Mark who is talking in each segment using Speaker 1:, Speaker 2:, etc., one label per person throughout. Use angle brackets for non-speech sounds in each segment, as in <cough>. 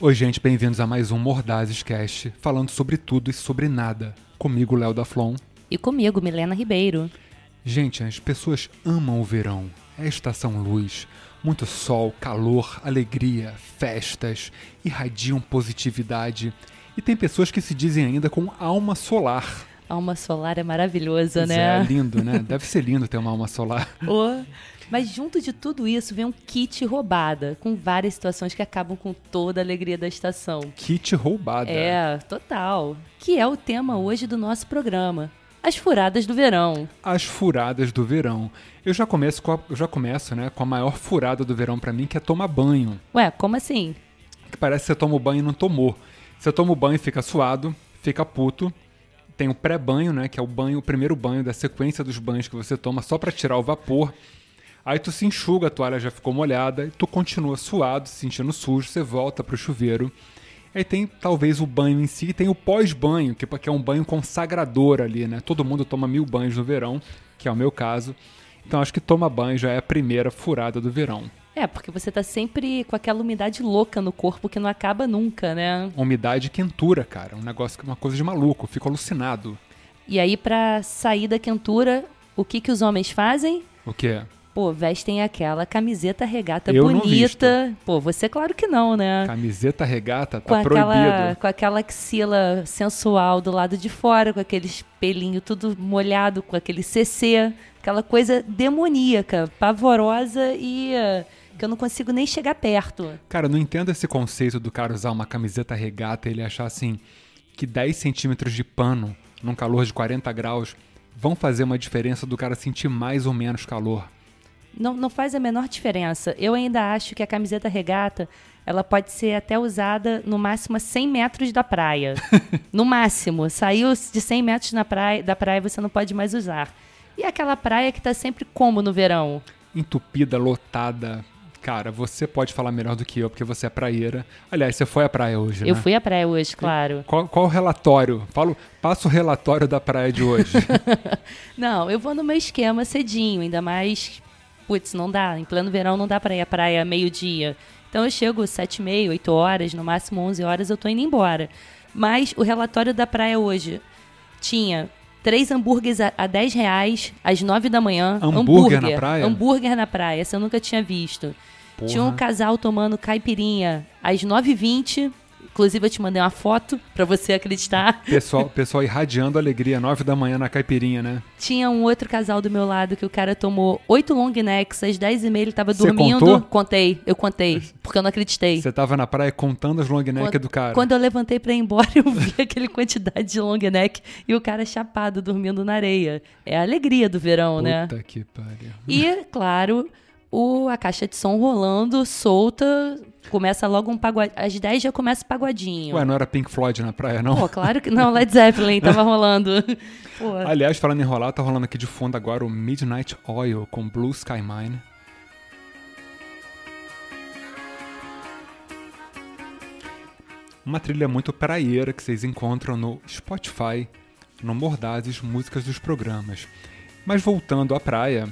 Speaker 1: Oi, gente, bem-vindos a mais um Mordazes Cast, falando sobre tudo e sobre nada. Comigo, Léo da Flon.
Speaker 2: E comigo, Milena Ribeiro.
Speaker 1: Gente, as pessoas amam o verão. É a estação luz. Muito sol, calor, alegria, festas, irradiam positividade. E tem pessoas que se dizem ainda com alma solar.
Speaker 2: Alma solar é maravilhosa,
Speaker 1: Pois
Speaker 2: né?
Speaker 1: É lindo,
Speaker 2: <laughs>
Speaker 1: né? Deve ser lindo ter uma alma solar.
Speaker 2: Ô, Mas junto de tudo isso vem um kit roubada, com várias situações que acabam com toda a alegria da estação.
Speaker 1: Kit roubada.
Speaker 2: É, total. Que é o tema hoje do nosso programa. As furadas do verão.
Speaker 1: As furadas do verão. Eu já começo, com a, eu já começo né, com a maior furada do verão pra mim, que é tomar banho.
Speaker 2: Ué, como assim?
Speaker 1: que parece que você toma o banho e não tomou. Você toma o banho e fica suado, fica puto. Tem o pré-banho, né? Que é o banho, o primeiro banho da sequência dos banhos que você toma só pra tirar o vapor. Aí tu se enxuga, a toalha já ficou molhada, e tu continua suado, se sentindo sujo, você volta pro chuveiro. Aí tem talvez o banho em si, e tem o pós-banho, que que é um banho consagrador ali, né? Todo mundo toma mil banhos no verão, que é o meu caso. Então acho que toma banho já é a primeira furada do verão.
Speaker 2: É, porque você tá sempre com aquela umidade louca no corpo que não acaba nunca, né?
Speaker 1: umidade e quentura, cara. Um negócio que é uma coisa de maluco, eu fico alucinado.
Speaker 2: E aí, pra sair da quentura, o que que os homens fazem?
Speaker 1: O quê?
Speaker 2: Pô, vestem aquela camiseta regata
Speaker 1: Eu não
Speaker 2: bonita. Pô, você claro que não, né?
Speaker 1: Camiseta regata
Speaker 2: com
Speaker 1: tá proibido.
Speaker 2: aquela, com aquela axila sensual do lado de fora, com aquele espelhinho tudo molhado, com aquele CC, aquela coisa demoníaca, pavorosa e eh, que eu não consigo nem chegar perto.
Speaker 1: Cara, eu não entendo esse conceito do cara usar uma camiseta regata e ele achar assim que 10 centímetros de pano num calor de 40 graus vão fazer uma diferença do cara sentir mais ou menos calor.
Speaker 2: Não, não faz a menor diferença. Eu ainda acho que a camiseta regata ela pode ser até usada no máximo a 100 metros da praia. no máximo. Saiu de 100 metros na praia, da praia, você não pode mais usar. E aquela praia que tá sempre como no verão?
Speaker 1: Entupida, lotada. Cara, você pode falar melhor do que eu, porque você é praieira. Aliás, você foi à praia hoje,
Speaker 2: Eu
Speaker 1: né?
Speaker 2: fui à praia hoje, claro.
Speaker 1: Qual, qual o relatório? Falo, passa o relatório da praia de
Speaker 2: <laughs>
Speaker 1: hoje.
Speaker 2: Não, eu vou no meu esquema cedinho, ainda mais. Putz, não dá. Em pleno verão não dá pra ir à praia meio-dia. Então eu chego sete e meia, oito horas, no máximo 11 horas, eu tô indo embora. Mas o relatório da praia hoje tinha três hambúrgueres a, a 10 reais às 9 da manhã.
Speaker 1: Hambúrguer na praia?
Speaker 2: Hambúrguer na praia, essa eu nunca tinha visto. Tinha um
Speaker 1: Porra.
Speaker 2: casal tomando caipirinha às 9h20. Inclusive, eu te mandei uma foto pra você acreditar.
Speaker 1: Pessoal, pessoal irradiando alegria, 9 da manhã na caipirinha, né?
Speaker 2: Tinha um outro casal do meu lado que o cara tomou oito long necks, às 10 e meia ele tava
Speaker 1: Você
Speaker 2: dormindo.
Speaker 1: contou?
Speaker 2: Contei, eu contei, porque eu não acreditei.
Speaker 1: Você tava na praia contando as long neck do cara.
Speaker 2: Quando eu levantei pra ir embora, <laughs> eu vi aquela quantidade de long neck e o cara chapado dormindo na areia. É a alegria do verão, né?
Speaker 1: Puta que pariu.
Speaker 2: E, claro, o, a caixa de som rolando, solta, começa logo um pagodinho. Às 10 já começa o pagodinho.
Speaker 1: Ué, não era Pink Floyd na praia,
Speaker 2: <laughs>
Speaker 1: não?
Speaker 2: Pô, claro que não, Led Zeppelin
Speaker 1: <laughs>
Speaker 2: tava rolando. Pô,
Speaker 1: Aliás, falando em rolar, tá rolando aqui de fundo agora o Midnight Oil com Blue Sky Mine. Uma trilha muito praieira que vocês encontram no Spotify, no Mordazes Músicas dos Programas. Mas voltando à praia,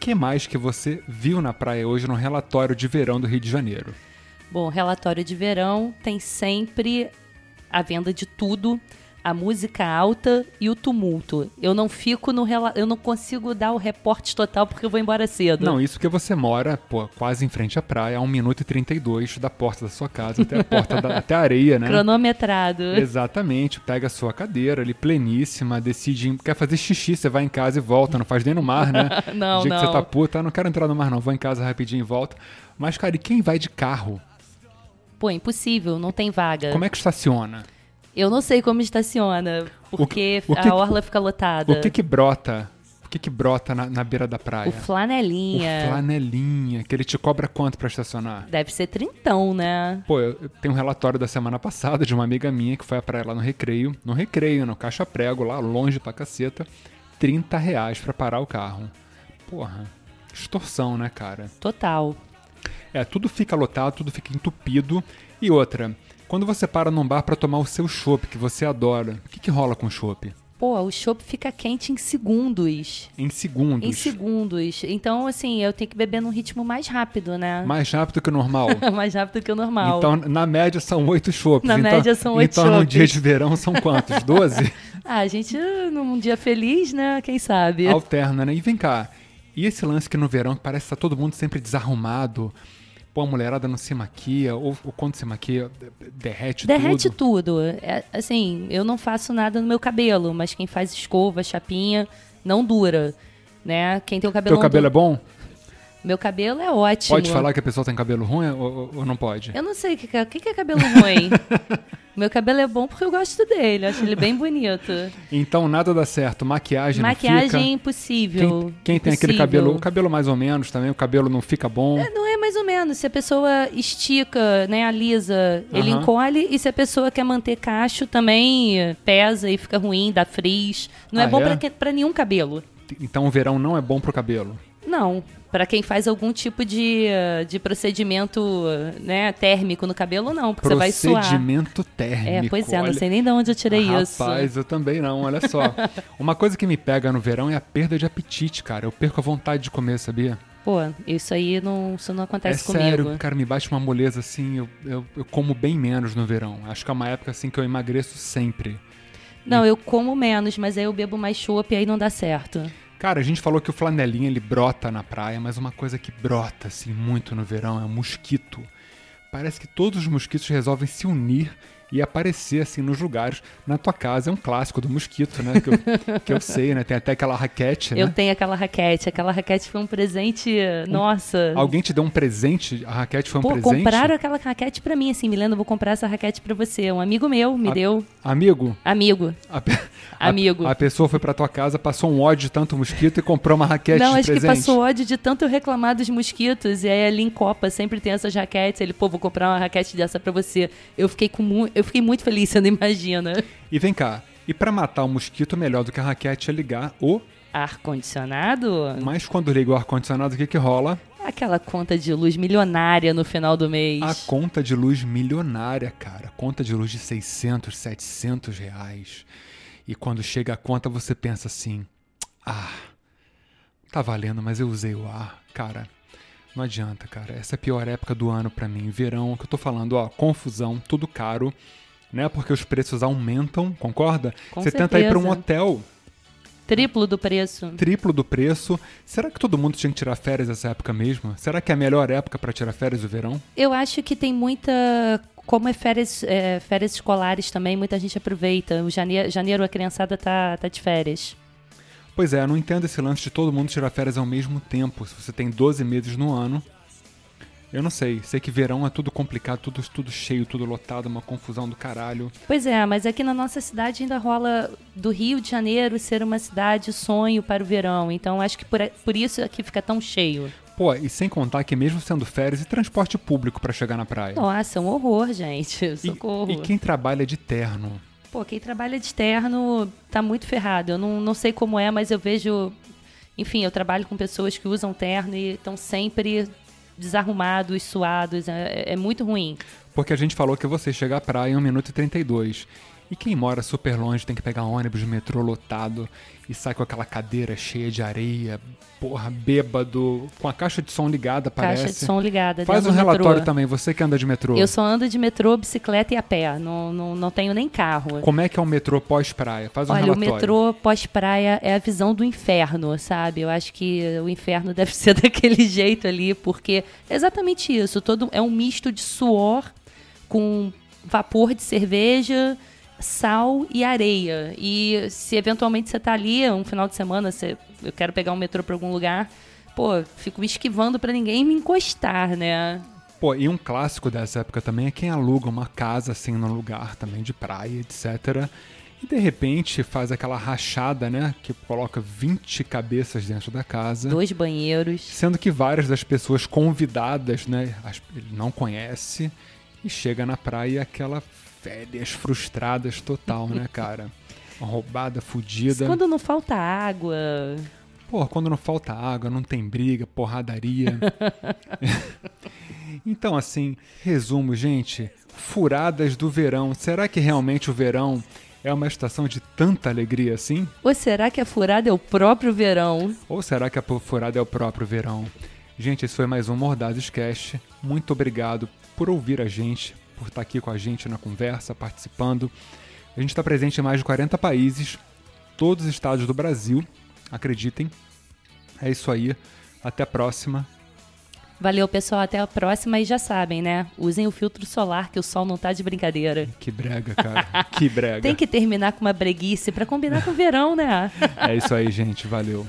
Speaker 1: que mais que você viu na praia hoje no relatório de verão do Rio de Janeiro?
Speaker 2: Bom, relatório de verão tem sempre a venda de tudo, a música alta e o tumulto. Eu não fico no rela- eu não consigo dar o reporte total porque eu vou embora cedo.
Speaker 1: Não, né? isso porque você mora pô, quase em frente à praia, a 1 minuto e 32 da porta da sua casa até a porta da, até a areia, né?
Speaker 2: cronometrado. <laughs>
Speaker 1: Exatamente, pega a sua cadeira ali pleníssima, decide, em- quer fazer xixi, você vai em casa e volta, não faz nem no mar,
Speaker 2: <laughs>
Speaker 1: né?
Speaker 2: Não,
Speaker 1: O dia que você
Speaker 2: não.
Speaker 1: tá puta, ah, não quero entrar no mar não, vou em casa rapidinho e volto. Mas, cara, e quem vai de carro?
Speaker 2: Pô, impossível, não tem vaga.
Speaker 1: Como é que estaciona?
Speaker 2: Eu não sei como estaciona, porque
Speaker 1: o que-
Speaker 2: a orla fica lotada.
Speaker 1: O que que brota? O que que brota na, na beira da praia?
Speaker 2: O flanelinha.
Speaker 1: O flanelinha, que ele te cobra quanto pra estacionar?
Speaker 2: Deve ser trintão, né?
Speaker 1: Pô, eu eu tenho um relatório da semana passada de uma amiga minha que foi à praia lá no Recreio. No Recreio, no Caixa Prego, lá longe pra caceta. 30 reais pra parar o carro. Porra, extorsão, né, cara?
Speaker 2: Total.
Speaker 1: É, tudo fica lotado, tudo fica entupido. E outra, quando você para num bar pra tomar o seu chopp, que você adora, o que, que rola com o chopp?
Speaker 2: Pô, o chopp fica quente em segundos.
Speaker 1: Em segundos.
Speaker 2: Em segundos. Então, assim, eu tenho que beber num ritmo mais rápido, né?
Speaker 1: Mais rápido que o
Speaker 2: <laughs>
Speaker 1: normal.
Speaker 2: mais rápido que o normal.
Speaker 1: Então, na média, são oito chopps.
Speaker 2: Na
Speaker 1: então,
Speaker 2: média, são oito
Speaker 1: Então, no
Speaker 2: chopps.
Speaker 1: dia de verão, são
Speaker 2: <laughs>
Speaker 1: quantos? Doze?
Speaker 2: Ah, a gente, num dia feliz, né? Quem sabe?
Speaker 1: Alterna, né? E vem cá. E esse lance que no verão que parece que tá todo mundo sempre desarrumado. Pô, a mulherada não se maquia. Ou, ou quando se maquia, de- derrete,
Speaker 2: Derrete
Speaker 1: tudo.
Speaker 2: tudo. É, assim, eu não faço nada no meu cabelo, mas quem faz escova, chapinha, não dura. Né? Quem tem o cabelo
Speaker 1: Teu cabelo é bom?
Speaker 2: Meu cabelo é ótimo.
Speaker 1: Pode falar que a pessoa tem cabelo ruim ou, ou- ou não pode?
Speaker 2: Eu não sei o que, que é- o que que é cabelo ruim. <laughs> meu cabelo é bom porque eu gosto dele, eu acho ele bem bonito.
Speaker 1: Então, nada dá certo. Maquiagem, não fica.
Speaker 2: Maquiagem é impossível.
Speaker 1: Quem, quem tem aquele
Speaker 2: Impossível.
Speaker 1: cabelo, o cabelo mais ou menos também, o cabelo não fica bom.
Speaker 2: É, Não é mais ou menos. Se a pessoa estica, né, alisa, ele
Speaker 1: Aham.
Speaker 2: encolhe. E se a pessoa quer manter cacho, também eh, pesa e fica ruim, dá frizz. Não
Speaker 1: Ah,
Speaker 2: é bom
Speaker 1: é?
Speaker 2: pra que- pra nenhum cabelo.
Speaker 1: Então o verão não é bom pro cabelo.
Speaker 2: Não. Pra quem faz algum tipo de, eh, de procedimento né, térmico no cabelo, não. Porque você vai suar.
Speaker 1: Procedimento térmico.
Speaker 2: É, pois é,
Speaker 1: olha.
Speaker 2: não sei nem de onde eu tirei isso.
Speaker 1: Rapaz, eu também não, olha só.
Speaker 2: <laughs>
Speaker 1: Uma coisa que me pega no verão é a perda de apetite, cara. Eu perco a vontade de comer, sabia?
Speaker 2: Pô, isso aí não, Tá isso não
Speaker 1: é
Speaker 2: acontece comigo.
Speaker 1: sério, cara, me bate uma moleza assim, eu, eu, eu como bem menos no verão. Acho que é uma época assim que eu emagreço sempre.
Speaker 2: Não, eu como menos, mas aí eu bebo mais chopp e aí não dá certo.
Speaker 1: Cara, a gente falou que o flanelinha ele brota na praia, mas uma coisa que brota assim muito no verão é o mosquito. Parece que todos os mosquitos resolvem se unir e aparecer assim nos lugares. Na tua casa é um clássico do mosquito, né? Que eu,
Speaker 2: <laughs>
Speaker 1: que eu sei, né? Tem até aquela raquete, né?
Speaker 2: Eu tenho aquela raquete. Aquela raquete foi um presente, nossa.
Speaker 1: Alguém te deu um presente? A raquete foi um
Speaker 2: Pô,
Speaker 1: presente?
Speaker 2: compraram aquela raquete pra mim, assim, Milena, eu vou comprar essa raquete pra você. Um amigo meu me
Speaker 1: A-
Speaker 2: deu.
Speaker 1: Amigo,
Speaker 2: Amigo.
Speaker 1: a,
Speaker 2: <laughs>
Speaker 1: pe- a-
Speaker 2: Amigo.
Speaker 1: A, pessoa foi pra tua casa, passou um ódio de tanto mosquito e comprou uma raquete
Speaker 2: não,
Speaker 1: é de
Speaker 2: acho que
Speaker 1: presente.
Speaker 2: passou ódio de tanto eu reclamar dos mosquitos. E aí ali em Copa sempre tem essas raquetes. Ele, pô, vou comprar uma raquete dessa pra você. Eu fiquei com mu- eu fiquei muito feliz, você não imagina.
Speaker 1: E vem cá, e pra matar o mosquito, melhor do que a raquete é ligar o...
Speaker 2: Hum. Ar-condicionado?
Speaker 1: Mas quando liga o ar-condicionado, o que que rola?
Speaker 2: Aquela conta de luz milionária no final do mês.
Speaker 1: A conta de luz milionária, cara. Conta de luz de 600, 700 reais. E quando chega a conta, você pensa assim: ah, tá valendo, mas eu usei o ar. Cara, não adianta, cara. Essa é a pior época do ano pra mim. Verão, o que eu tô falando, ó, confusão, tudo caro, né? Porque os preços aumentam, concorda?
Speaker 2: Com
Speaker 1: você tenta ir pra um
Speaker 2: certeza.
Speaker 1: hotel,
Speaker 2: Triplo do preço.
Speaker 1: triplo do preço. Será que todo mundo tinha que tirar férias nessa época mesmo? Será que é a melhor época pra tirar férias do verão?
Speaker 2: Eu acho que tem muita. Como é férias, é, férias escolares também, muita gente aproveita. O janeiro, janeiro a criançada tá, tá de férias.
Speaker 1: Pois é, eu não entendo esse lance de todo mundo tirar férias ao mesmo tempo. Se você tem 12 meses no ano. Eu não sei. Sei que verão é tudo complicado, tudo, tudo cheio, tudo lotado, uma confusão do caralho.
Speaker 2: Pois é, mas aqui na nossa cidade ainda rola do Rio de Janeiro ser uma cidade sonho para o verão. Então acho que por, por isso aqui fica tão cheio.
Speaker 1: Pô, e sem contar que mesmo sendo férias e transporte público pra chegar na praia.
Speaker 2: Nossa, é um horror, gente.
Speaker 1: E-
Speaker 2: Socorro.
Speaker 1: E, quem trabalha de terno?
Speaker 2: Pô, quem trabalha de terno tá muito ferrado. Eu não, não sei como é, mas eu vejo. Enfim, eu trabalho com pessoas que usam terno e estão sempre desarrumados, suados. É, é muito ruim.
Speaker 1: Porque a gente falou que você chega à praia em 1 minuto e 32. E quem mora super longe tem que pegar ônibus, metrô lotado e sai com aquela cadeira cheia de areia, porra, bêbado, com a caixa de som ligada, parece.
Speaker 2: Caixa de som ligada.
Speaker 1: Faz um
Speaker 2: dentro do
Speaker 1: relatório
Speaker 2: metrô.
Speaker 1: também, você que anda de metrô.
Speaker 2: Eu só ando de metrô, bicicleta e a pé. Não, não, não tenho nem carro.
Speaker 1: Como é que é o metrô pós-praia? Faz um
Speaker 2: Olha, o
Speaker 1: relatório.
Speaker 2: metrô pós-praia é a visão do inferno, sabe? Eu acho que o inferno <laughs> deve ser daquele jeito ali, porque é exatamente isso. Todo é um misto de suor com vapor de cerveja, sal e areia. E se eventualmente você tá ali um final de semana, você, eu quero pegar um metrô para algum lugar, pô, fico me esquivando para ninguém me encostar, né?
Speaker 1: Pô, e um clássico dessa época também é quem aluga uma casa assim num lugar também de praia, etc. E de repente faz aquela rachada, né? Que coloca 20 cabeças dentro da casa.
Speaker 2: Dois banheiros.
Speaker 1: Sendo que várias das pessoas convidadas, né? as- ele não conhece e chega na praia e aquela férias frustradas total,
Speaker 2: <laughs>
Speaker 1: né, cara? Roubada, fudida.
Speaker 2: Quando não falta água,
Speaker 1: Porra, quando não falta água, não tem briga, porradaria. então, assim, resumo, gente. Furadas do verão. Será que realmente o verão É uma estação de tanta alegria assim?
Speaker 2: Ou será que a furada é o próprio verão?
Speaker 1: Ou será que a furada é o próprio verão? Gente, esse foi mais um Mordazes Cast. Muito obrigado por ouvir a gente, por estar aqui com a gente na conversa, participando. A gente está presente em mais de 40 países, todos os estados do Brasil, acreditem. É isso aí. Até a próxima.
Speaker 2: Valeu, pessoal. Até a próxima. E já sabem, né? Usem o filtro solar, que o sol não tá de brincadeira.
Speaker 1: Que brega, cara. que brega.
Speaker 2: Tem que terminar com uma breguice para combinar com o verão, né?
Speaker 1: é isso aí, gente. Valeu.